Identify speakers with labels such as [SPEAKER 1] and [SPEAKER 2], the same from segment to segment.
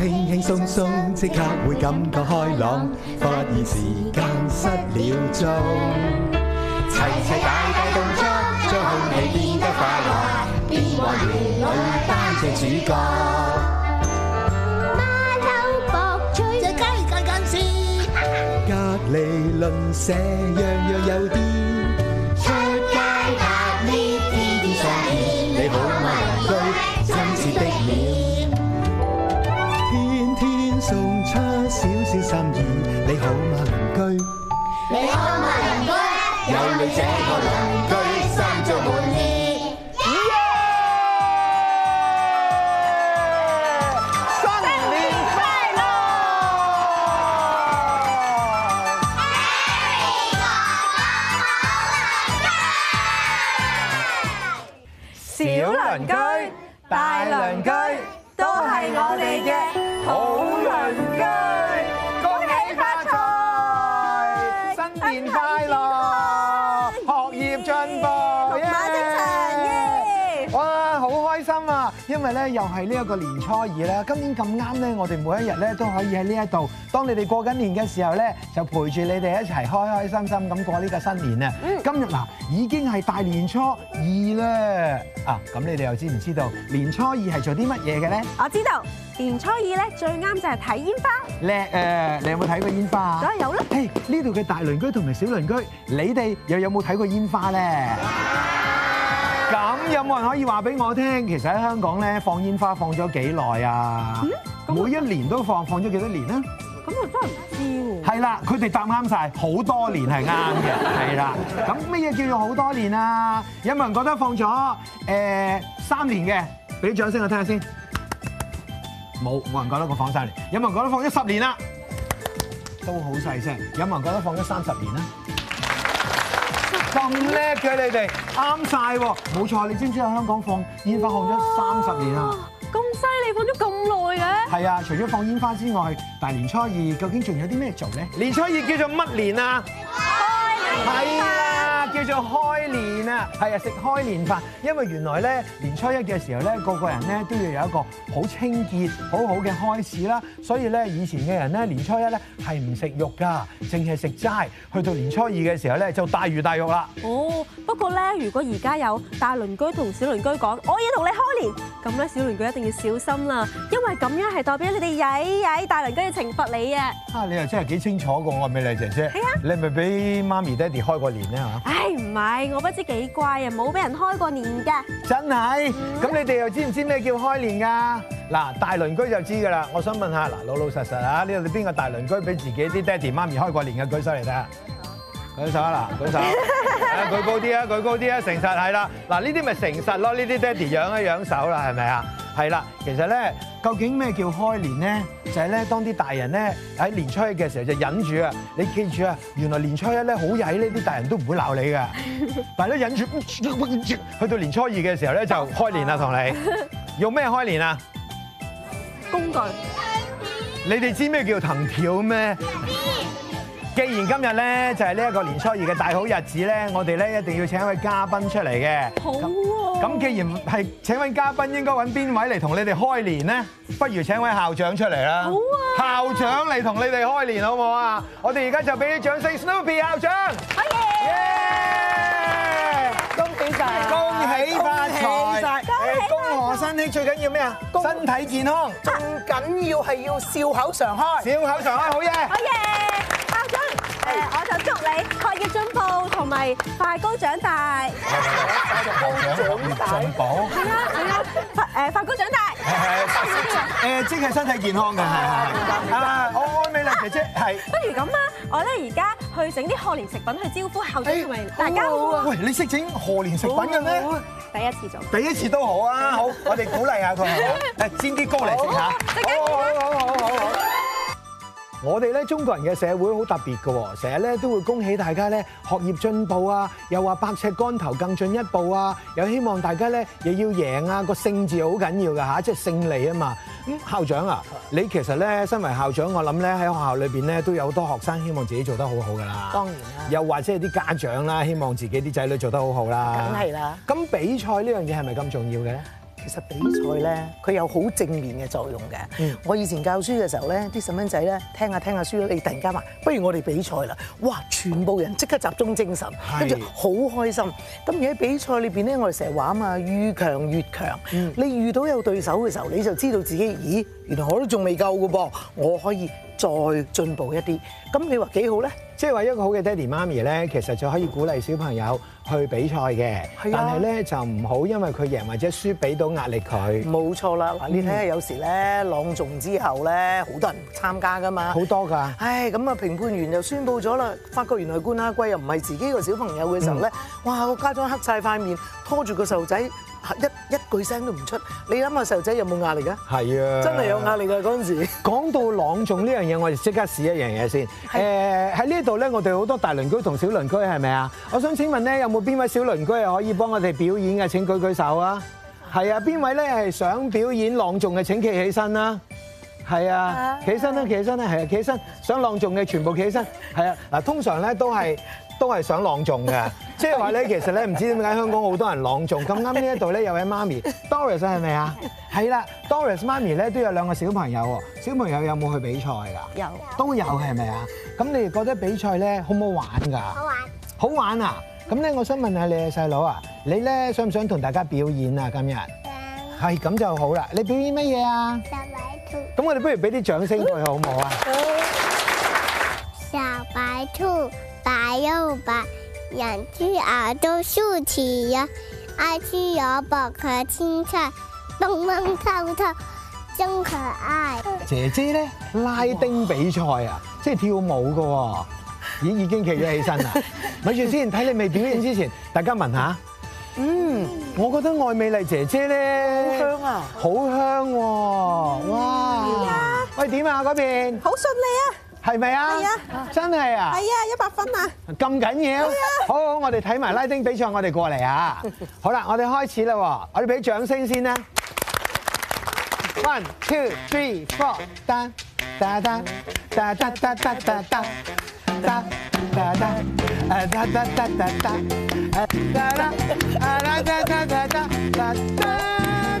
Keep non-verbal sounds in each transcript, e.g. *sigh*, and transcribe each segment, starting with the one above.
[SPEAKER 1] 輕輕鬆鬆，即刻會感覺開朗，發現時間失了蹤。
[SPEAKER 2] 齊齊大大動作，將空氣變得快樂，變幻園裏班隻主角。
[SPEAKER 3] 馬騮博吹，隻雞近近視，
[SPEAKER 1] 隔離鄰舍樣樣有啲，
[SPEAKER 2] 出街搭 lift，天天相見，你好鄰居，親切的臉。
[SPEAKER 1] 天天送出少少心意。你好嗎鄰居？
[SPEAKER 2] 你好嗎鄰居？有你這個鄰居，心中滿意。
[SPEAKER 4] 新年快樂！小鄰居、大鄰居都係我哋嘅好鄰居，恭喜發財，新年快樂，哦學業進步，馬
[SPEAKER 5] 耶
[SPEAKER 4] 哇，好開心啊！因為咧又係呢一個年初二啦，今年咁啱咧，我哋每一日咧都可以喺呢一度，當你哋過緊年嘅時候咧，就陪住你哋一齊開開心心咁過呢個新年啊！今日嗱已經係大年初二啦，啊咁你哋又知唔知道年初二係做啲乜嘢嘅咧？
[SPEAKER 5] 我知道年初二咧最啱就係睇煙花，
[SPEAKER 4] 叻誒，你有冇睇過煙花啊
[SPEAKER 5] 梗？係有啦。
[SPEAKER 4] 嘿，呢度嘅大鄰居同埋小鄰居，你哋又有冇睇過煙花咧？咁有冇人可以話俾我聽？其實喺香港咧放煙花放咗幾耐啊？
[SPEAKER 5] 嗯咁
[SPEAKER 4] 每一年都放，放咗幾多年啊？
[SPEAKER 5] 咁我真係唔知喎。
[SPEAKER 4] 係啦，佢哋答啱晒，好多年係啱嘅，係啦。咁乜嘢叫做好多年啊？有冇人覺得放咗誒、三年嘅？俾啲掌聲我聽下先。冇，冇人覺得我放三年。有冇人覺得放咗十年啦？都好細聲。有冇人覺得放咗三十年啦？啊咁叻嘅你哋，啱晒喎，冇錯。你知唔知喺香港放煙花放咗三十年啊？
[SPEAKER 5] 咁犀利，放咗咁耐嘅。
[SPEAKER 4] 係啊，除咗放煙花之外，大年初二究竟仲有啲咩做咧？年初二叫做乜年啊？開年係啊，叫做開年啊，係啊，食開年飯。因為原來咧年初一嘅時候咧，個個人咧都要有一個好清潔、好好嘅開始啦。所以咧，以前嘅人咧年初一咧係唔食肉㗎，淨係食齋。去到年初二嘅時候咧，就大魚大肉啦。
[SPEAKER 5] 哦，不過咧，如果而家有大鄰居同小鄰居講，我要同你開年，咁咧小鄰居一定要小心啦，因為咁樣係代表你哋曳曳大鄰居要懲罰你啊！
[SPEAKER 4] 啊，你又真係幾清楚過我美麗姐姐。
[SPEAKER 5] 係啊
[SPEAKER 4] 你係咪俾媽咪爹哋開過年咧嚇？
[SPEAKER 5] 唉，唔係，我不知幾乖啊，冇俾人開過年㗎。
[SPEAKER 4] 真係，咁你哋又知唔知咩叫開年㗎？嗱，大鄰居就知㗎啦。我想問下，嗱，老老實實啊，呢度邊個大鄰居俾自己啲爹哋媽咪開過年嘅舉手嚟睇下？舉手啊嗱，舉手，啊舉高啲啊，舉高啲啊，誠實係啦。嗱，呢啲咪誠實咯，呢啲爹哋養一養手啦，係咪啊？係啦，其實咧，究竟咩叫開年咧？就係咧，當啲大人咧喺年初一嘅時候就忍住啊！你記住啊，原來年初一咧好曳，呢啲大人都唔會鬧你㗎。但係咧忍住，去到年初二嘅時候咧就開年啦，同
[SPEAKER 5] *laughs*
[SPEAKER 4] 你用咩開年啊？
[SPEAKER 5] 工具
[SPEAKER 4] 你哋知咩叫藤條咩？既然今日咧就係呢一個年初二嘅大好日子咧，我哋咧一定要請一位嘉賓出嚟嘅。
[SPEAKER 5] 好
[SPEAKER 4] 咁
[SPEAKER 5] 喎。
[SPEAKER 4] 咁既然係請位嘉賓，應該揾邊位嚟同你哋開年呢？不如請位校長出嚟啦。
[SPEAKER 5] 好啊
[SPEAKER 4] 校長嚟同你哋開年好唔好啊？我哋而家就俾啲掌聲，Snoopy 校長。好耶！
[SPEAKER 6] 恭喜晒！
[SPEAKER 4] 恭喜發
[SPEAKER 6] 恭
[SPEAKER 4] 財！
[SPEAKER 6] 喜晒！
[SPEAKER 4] 誒恭賀新禧，最緊要咩啊？
[SPEAKER 6] 恭
[SPEAKER 4] 身體健康，
[SPEAKER 6] 仲緊要係要笑口常開。
[SPEAKER 4] 笑口常開，好嘢！
[SPEAKER 5] 好嘢，校長，誒，我就祝你學業進步同埋快高長大。
[SPEAKER 4] 進步。
[SPEAKER 5] 係啊，係啊，發誒快高長大。
[SPEAKER 4] 誒，即係身體健康嘅，係係係。啊，我愛美麗姐姐係。
[SPEAKER 5] 不如咁啊，我咧而家去整啲賀年食品去招呼校長同埋大家好唔好啊啊
[SPEAKER 4] 喂，你識整賀年食品嘅咩？
[SPEAKER 5] 第一次做。
[SPEAKER 4] 第一次都好 *laughs* 啊，好，我哋鼓勵 *laughs* 下佢，誒煎啲糕嚟食下，好啊好好好好好。我哋咧中國人嘅社會好特別嘅喎，成日咧都會恭喜大家咧學業進步啊，又話百尺竿頭更進一步啊，又希望大家咧又要贏啊，個勝字好緊要㗎嚇，即係勝利啊嘛。咁校長啊，你其實咧身為校長，我諗咧喺學校裏邊咧都有好多學生希望自己做得好好㗎啦。
[SPEAKER 6] 當然啦
[SPEAKER 4] 又或者係啲家長啦，希望自己啲仔女做得好好啦。
[SPEAKER 6] 梗係啦。
[SPEAKER 4] 咁比賽呢樣嘢係咪咁重要嘅咧？
[SPEAKER 6] 其實比賽咧，佢有好正面嘅作用嘅。我以前教書嘅時候咧，啲細蚊仔咧聽下聽下書，你突然間話，不如我哋比賽啦！哇，全部人即刻集中精神，跟住好開心。咁而喺比賽裏邊咧，我哋成日話啊嘛，越強越強。你遇到有對手嘅時候，你就知道自己，咦，原來我都仲未夠嘅噃，我可以再進步一啲。咁你話幾好咧？
[SPEAKER 4] 即係話一個好嘅爹哋媽咪咧，其實就可以鼓勵小朋友去比賽嘅，但
[SPEAKER 6] 係啊
[SPEAKER 4] 係咧就唔好因為佢贏或者輸俾到壓力佢，
[SPEAKER 6] 冇錯啦，
[SPEAKER 4] 嗯
[SPEAKER 6] 嗱，你睇下有時咧朗誦之後咧，好多人參加噶嘛。
[SPEAKER 4] 好多㗎。
[SPEAKER 6] 唉，咁啊，評判員又宣佈咗啦，發覺原來冠亞季又唔係自己個小朋友嘅時候咧，
[SPEAKER 4] 嗯
[SPEAKER 6] 哇！個家長黑晒塊面，拖住個細路仔，一一句聲都唔出。你諗下細路仔有冇壓力啊？
[SPEAKER 4] 係啊，
[SPEAKER 6] 真係有壓力㗎嗰陣時。
[SPEAKER 4] 講到朗誦呢樣嘢，我哋即刻試一樣嘢先。誒喺呢度咧，我哋好多大鄰居同小鄰居係咪啊？我想請問咧，有冇邊位小鄰居係可以幫我哋表演嘅？請舉舉手啊！係啊，邊位咧係想表演朗誦嘅？請企起身啦！係啊，企起身啦，企起身啦，係啊，企起身。想朗誦嘅全部企起身。係啊，嗱，通常咧都係。都係想朗誦嘅，即係話咧，其實咧唔知點解香港好多人朗誦。咁啱呢一度咧有位媽咪 Doris 係咪啊？係啦，Doris 媽咪咧都有兩個小朋友喎，小朋友有冇去比賽㗎？
[SPEAKER 5] 有
[SPEAKER 4] 都有係咪啊？咁你哋覺得比賽咧好唔好玩㗎？
[SPEAKER 3] 好玩，
[SPEAKER 4] 好玩啊！咁咧，我想問下你嘅細佬啊，你咧想唔想同大家表演啊？今日
[SPEAKER 3] 想
[SPEAKER 4] 係咁就好啦。你表演乜嘢啊？
[SPEAKER 3] 小白兔，
[SPEAKER 4] 咁我哋不如俾啲掌聲佢好唔好啊？
[SPEAKER 3] 小白兔，白又白，两只耳朵竖起呀，爱吃油宝和青菜，蹦蹦跳跳，真可爱。
[SPEAKER 4] 姐姐咧拉丁比賽啊，即係跳舞㗎喎，已已經企咗起身
[SPEAKER 7] *laughs*
[SPEAKER 4] 啦。咪住先，睇你未表演之前，大家聞下。嗯，我覺得愛美麗姐姐咧，
[SPEAKER 6] 好香啊
[SPEAKER 4] 好香喎，哇！喂，點啊嗰邊？
[SPEAKER 7] 好順利啊！
[SPEAKER 4] 係咪啊？
[SPEAKER 7] 係
[SPEAKER 4] 啊，真係啊
[SPEAKER 7] 係！啊，一百分啊！
[SPEAKER 4] 咁緊要？好好，我哋睇埋拉丁比賽，我哋過嚟啊！好啦，我哋開始啦喎，我哋俾掌聲先啦。One, two, three, four，哒哒哒哒哒哒哒哒哒哒哒哒，誒哒哒哒哒哒，誒哒啦啊啦哒哒哒哒哒哒。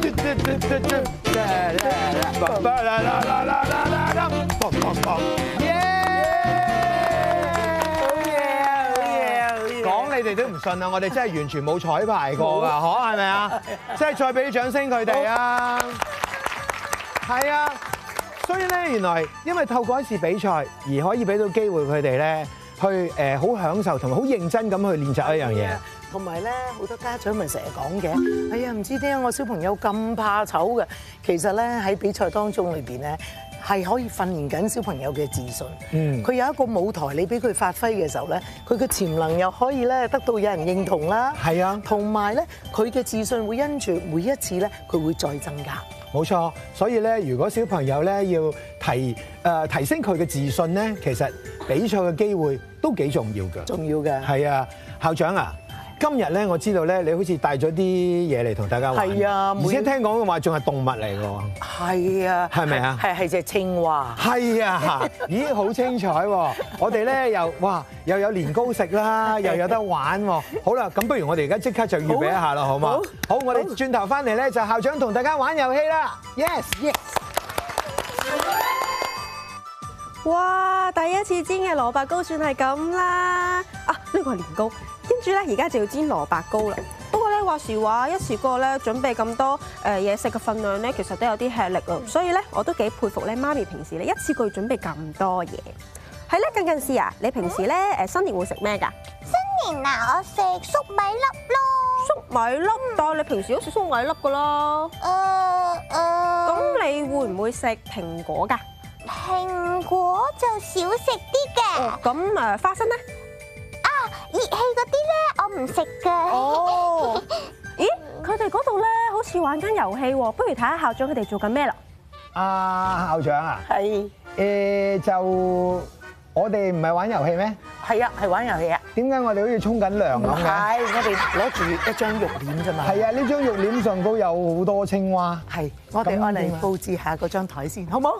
[SPEAKER 4] 嘟嘟嘟嘟嘟，啦啦啦，叭叭啦啦啦啦啦啦啦，嘣嘣嘣，耶！好嘢啊，好嘢啊，好嘢！講你哋都唔信啊，我哋真係完全冇彩排過㗎，可係咪啊？即係再俾啲掌聲佢哋啊！係啊，所以咧，原來因為透過一次比賽而可以俾到機會佢哋咧，去誒好享受同埋好認真咁去練習一樣嘢。
[SPEAKER 6] 同埋咧，好多家長咪成日講嘅，哎呀，唔知點解我小朋友咁怕醜嘅。其實咧喺比賽當中裏邊咧，係可以訓練緊小朋友嘅自信。
[SPEAKER 4] 嗯
[SPEAKER 6] 佢有一個舞台，你俾佢發揮嘅時候咧，佢嘅潛能又可以咧得到有人認同啦。
[SPEAKER 4] 係啊
[SPEAKER 6] 同埋咧，佢嘅自信會因住每一次咧，佢會再增加。
[SPEAKER 4] 冇錯，所以咧，如果小朋友咧要提誒、呃提升佢嘅自信咧，其實比賽嘅機會都幾重要㗎。
[SPEAKER 6] 重要嘅
[SPEAKER 4] 係啊，校長啊，今日咧我知道咧，你好似帶咗啲嘢嚟同大家玩。
[SPEAKER 6] 係啊每
[SPEAKER 4] 而且聽講嘅話仲係動物嚟㗎。
[SPEAKER 6] 係啊，
[SPEAKER 4] 係咪啊
[SPEAKER 6] 係係隻青蛙。
[SPEAKER 4] 係啊， *laughs* 咦，好精彩喎！我哋咧又哇又有年糕食
[SPEAKER 6] *laughs*
[SPEAKER 4] 啦，又有得玩喎。好啦，咁不如我哋而家即刻就預備一下啦，好嘛？好，我哋轉頭翻嚟咧就校長同大家玩遊戲啦。Yes yes。
[SPEAKER 5] 哇！第一次煎嘅蘿蔔糕算係咁啦，啊呢個係年糕，跟住咧而家就要煎蘿蔔糕啦。不過咧話時話，一時過咧準備咁多誒嘢食嘅份量咧，其實都有啲吃力啊。所以咧我都幾佩服咧媽咪平時咧一次過要準備咁多嘢。係咧，近近事啊，你平時咧誒新年會食咩㗎？
[SPEAKER 3] 新年啊，我食粟米粒咯。
[SPEAKER 5] 粟米粒，但係你平時都食粟米粒㗎啦。
[SPEAKER 3] 誒
[SPEAKER 5] 咁
[SPEAKER 3] 誒，
[SPEAKER 5] 你會唔會食蘋果㗎？
[SPEAKER 3] 蘋果就少食啲嘅，
[SPEAKER 5] 咁誒花生咧？
[SPEAKER 3] 熱氣嗰啲咧我唔食嘅。
[SPEAKER 5] 哦，咦，佢哋嗰度咧好似玩緊遊戲喎，不如睇下校長佢哋做緊咩啦？
[SPEAKER 4] 啊，校長啊，
[SPEAKER 6] 係
[SPEAKER 4] 誒就我哋唔係玩遊戲咩？
[SPEAKER 6] 係啊，係玩遊戲啊。
[SPEAKER 4] 點解我哋好似沖緊涼咁嘅？
[SPEAKER 6] 係，我哋攞住一張肉鏈啫嘛。
[SPEAKER 4] 係啊，呢張肉簾上高有好多青蛙。
[SPEAKER 6] 係，我哋
[SPEAKER 4] 咁
[SPEAKER 6] 我
[SPEAKER 4] 點
[SPEAKER 6] 嚟
[SPEAKER 4] 啊
[SPEAKER 6] 佈置下嗰張台先，好冇？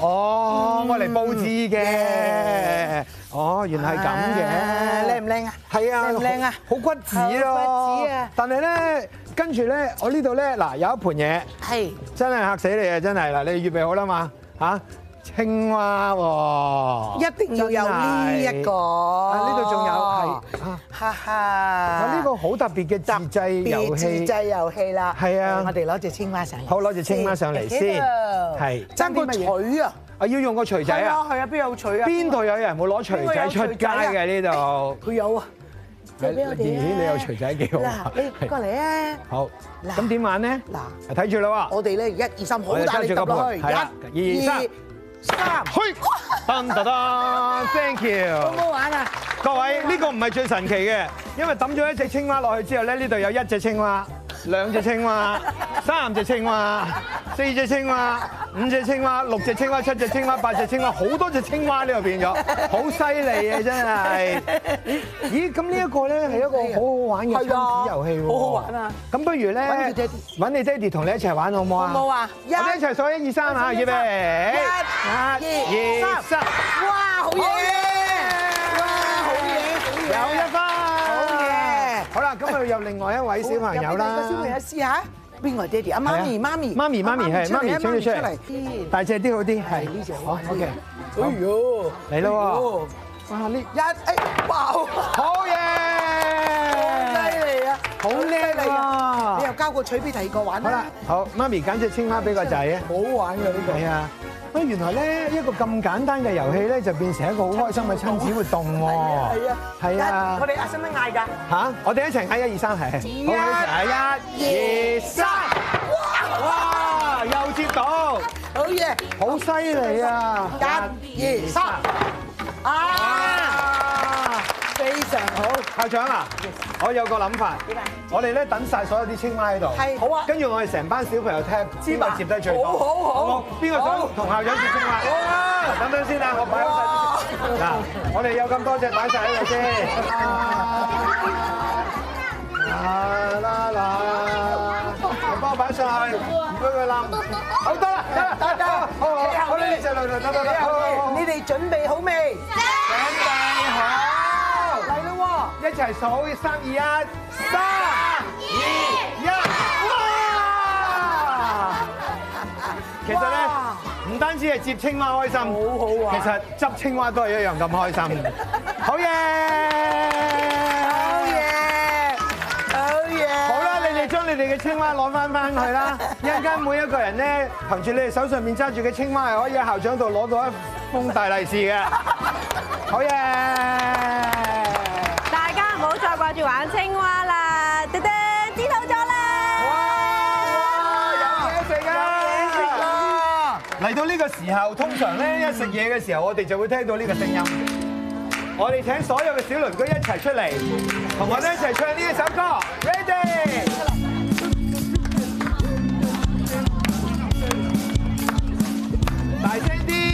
[SPEAKER 4] 哦，我嚟佈置嘅
[SPEAKER 6] 嗯。
[SPEAKER 4] 哦，原來係咁
[SPEAKER 6] 啊
[SPEAKER 4] 嘅。
[SPEAKER 6] 靚唔靚啊？
[SPEAKER 4] 係啊，
[SPEAKER 6] 靚唔靚啊
[SPEAKER 4] 好好骨子
[SPEAKER 6] 好骨
[SPEAKER 4] 咯
[SPEAKER 6] 子啊。
[SPEAKER 4] 但係咧，跟住咧，我呢度咧嗱有一盤嘢，
[SPEAKER 6] 係
[SPEAKER 4] 真係嚇死你啊！真係嗱，你預備好啦嘛嚇，青蛙喎，
[SPEAKER 6] 一定要有呢一個。
[SPEAKER 4] 啊
[SPEAKER 6] 啊
[SPEAKER 4] 呢度仲有係啊，
[SPEAKER 6] 哈
[SPEAKER 4] 我
[SPEAKER 6] 哈。
[SPEAKER 4] 呢個好特別嘅自製遊
[SPEAKER 6] 別
[SPEAKER 4] 戲
[SPEAKER 6] 自。製遊戲啦。
[SPEAKER 4] 係啊
[SPEAKER 6] 我哋攞隻青蛙上嚟。
[SPEAKER 4] 好攞隻青蛙上嚟先係
[SPEAKER 6] 爭個錘啊！
[SPEAKER 4] 啊，要用個錘仔
[SPEAKER 6] 係啊
[SPEAKER 4] 啊！
[SPEAKER 6] 係啊，邊有錘啊？
[SPEAKER 4] 邊度有人會攞錘仔出街
[SPEAKER 6] 啊
[SPEAKER 4] 嘅呢度？
[SPEAKER 6] 佢有啊？借俾我哋啊
[SPEAKER 4] 咦你有錘仔幾好啊
[SPEAKER 6] 嗱，你過嚟啊！
[SPEAKER 4] 好，
[SPEAKER 6] 嗱
[SPEAKER 4] 咁點玩咧？
[SPEAKER 6] 嗱
[SPEAKER 4] 嗱，睇住啦喎！
[SPEAKER 6] 我哋咧一二三，好
[SPEAKER 4] 我哋
[SPEAKER 6] 大
[SPEAKER 4] 揸
[SPEAKER 6] 力
[SPEAKER 4] 住個
[SPEAKER 6] 揼落
[SPEAKER 4] 盤，係啦
[SPEAKER 6] 去，
[SPEAKER 4] 一
[SPEAKER 6] 一、
[SPEAKER 4] 二
[SPEAKER 6] 三，
[SPEAKER 4] 去，
[SPEAKER 6] *laughs*
[SPEAKER 4] 噔噔噔，thank
[SPEAKER 6] 好唔
[SPEAKER 4] you。
[SPEAKER 6] 好玩啊？
[SPEAKER 4] 各位，呢個唔係最神奇嘅，因為抌咗一隻青蛙落去之後咧，呢度有一隻青蛙、兩隻青蛙、三隻青蛙、四隻青蛙、五隻青蛙、六隻青蛙、七隻青蛙、八隻青蛙，好多隻青蛙呢度變咗，好犀利啊！真係。咦？咁呢一個咧係一個好好玩嘅親子遊戲喎，
[SPEAKER 6] 好好玩啊！
[SPEAKER 4] 咁不如咧
[SPEAKER 6] 揾你爹哋
[SPEAKER 4] 揾你爹哋同你一齊玩好唔好啊？
[SPEAKER 6] 好唔好啊一
[SPEAKER 4] 我哋一齊數一二三啊！預備，
[SPEAKER 6] 一
[SPEAKER 4] 一
[SPEAKER 6] 二
[SPEAKER 4] 二三。
[SPEAKER 6] 哇，好嘢！
[SPEAKER 4] Oh,
[SPEAKER 6] 哇，好嘢！
[SPEAKER 4] 有一分，好
[SPEAKER 6] 嘢
[SPEAKER 4] 好啦，咁我哋有另外一位小朋友
[SPEAKER 6] 有俾你個小朋友
[SPEAKER 4] 啦，
[SPEAKER 6] 試下，邊個係爹哋？阿媽咪，
[SPEAKER 4] 係啊
[SPEAKER 6] 媽咪，
[SPEAKER 4] 媽咪媽咪係
[SPEAKER 6] 出嚟
[SPEAKER 4] 媽咪
[SPEAKER 6] 啊
[SPEAKER 4] 請你出嚟
[SPEAKER 6] 嚟。
[SPEAKER 4] 大隻啲好啲，係
[SPEAKER 6] 係呢隻
[SPEAKER 4] 好
[SPEAKER 6] 呢隻
[SPEAKER 4] OK，
[SPEAKER 6] 哎呦，
[SPEAKER 4] 嚟咯
[SPEAKER 6] 喎！哇，呢一哎爆，
[SPEAKER 4] 好嘢，
[SPEAKER 6] 犀利啊！
[SPEAKER 4] 好叻啊
[SPEAKER 6] 你又交個取俾第二個玩
[SPEAKER 4] 好啦
[SPEAKER 6] 啦。，
[SPEAKER 4] 好，媽咪揀只青蛙俾個仔啊，
[SPEAKER 6] 好玩嘅呢個
[SPEAKER 4] 係。啊。喂，原來咧一個咁簡單嘅遊戲咧，就變成一個好開心嘅親子活動喎。
[SPEAKER 6] 係啊，
[SPEAKER 4] 係啊
[SPEAKER 6] 我。哋啊，使唔使嗌㗎？
[SPEAKER 4] 嚇！我哋一齊嗌一二三係，好一齊一二三，哇！又接到，
[SPEAKER 6] 好嘢，
[SPEAKER 4] 好犀利啊！
[SPEAKER 6] 一、二、三，À. 啊，
[SPEAKER 4] À. 啊！
[SPEAKER 6] 非常好，
[SPEAKER 4] 校長啊，我有個諗法，我哋咧等晒所有啲青蛙喺度，
[SPEAKER 6] 係好啊
[SPEAKER 4] 跟住我哋成班小朋友踢，邊個接得最多？
[SPEAKER 6] 好好好
[SPEAKER 4] 冇邊個
[SPEAKER 6] 好
[SPEAKER 4] 想同校長接青蛙？好啊！等等先啦，我擺好晒啲。嗱，我哋有咁多隻擺晒喺度 *laughs* 先。啦啦啦，你幫我擺上去，唔該佢冧。好得啦，得啦，得得，好好，好呢隻嚟嚟得
[SPEAKER 6] Dạ,
[SPEAKER 4] 得得，好好好
[SPEAKER 6] 你。哋準備好未？
[SPEAKER 4] 準備好。
[SPEAKER 6] 嚟啦
[SPEAKER 4] 一齊數三二一，三二一，哇！其實咧，唔單止係接青蛙開心，好好玩。其實執青蛙都係一樣咁開心。好嘢！
[SPEAKER 6] 喎，
[SPEAKER 4] 好
[SPEAKER 6] 好！嘢，好嘢，
[SPEAKER 4] 好啦，你哋將你哋嘅青蛙攞翻翻去啦。一陣間每一個人咧，憑住你哋手上面揸住嘅青蛙，係可以喺校長度攞到一封大利是嘅。好嘢！
[SPEAKER 5] 大家唔好再掛住玩青蛙啦，爹爹知道咗啦。
[SPEAKER 4] 哇！有嘢食啊！嚟到呢個時候，通常咧一食嘢嘅時候，我哋就會聽到呢個聲音。我哋請所有嘅小鄰居一齊出嚟，同我哋一齊唱呢一首歌。Ready？大聲啲！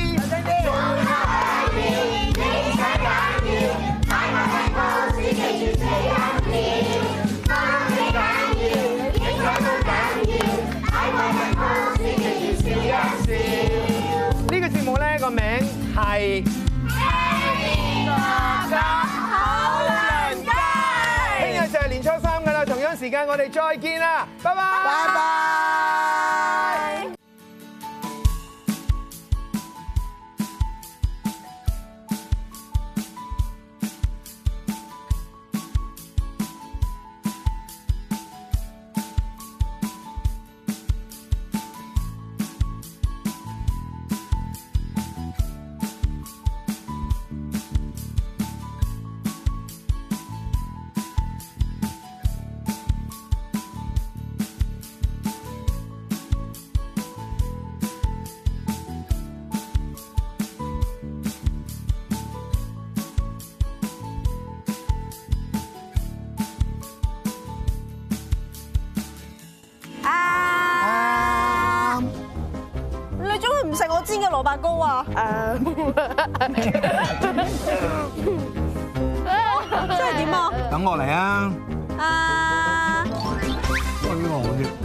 [SPEAKER 4] 呢個節目咧個名係。聽日就係年初三噶啦，同樣時間我哋再見啦，拜拜。拜拜。
[SPEAKER 5] 啊！你做咩唔食我煎嘅蘿蔔糕啊？即係點啊？
[SPEAKER 4] 等我嚟啊！哎
[SPEAKER 5] 啊！
[SPEAKER 4] 呀，我
[SPEAKER 5] 啊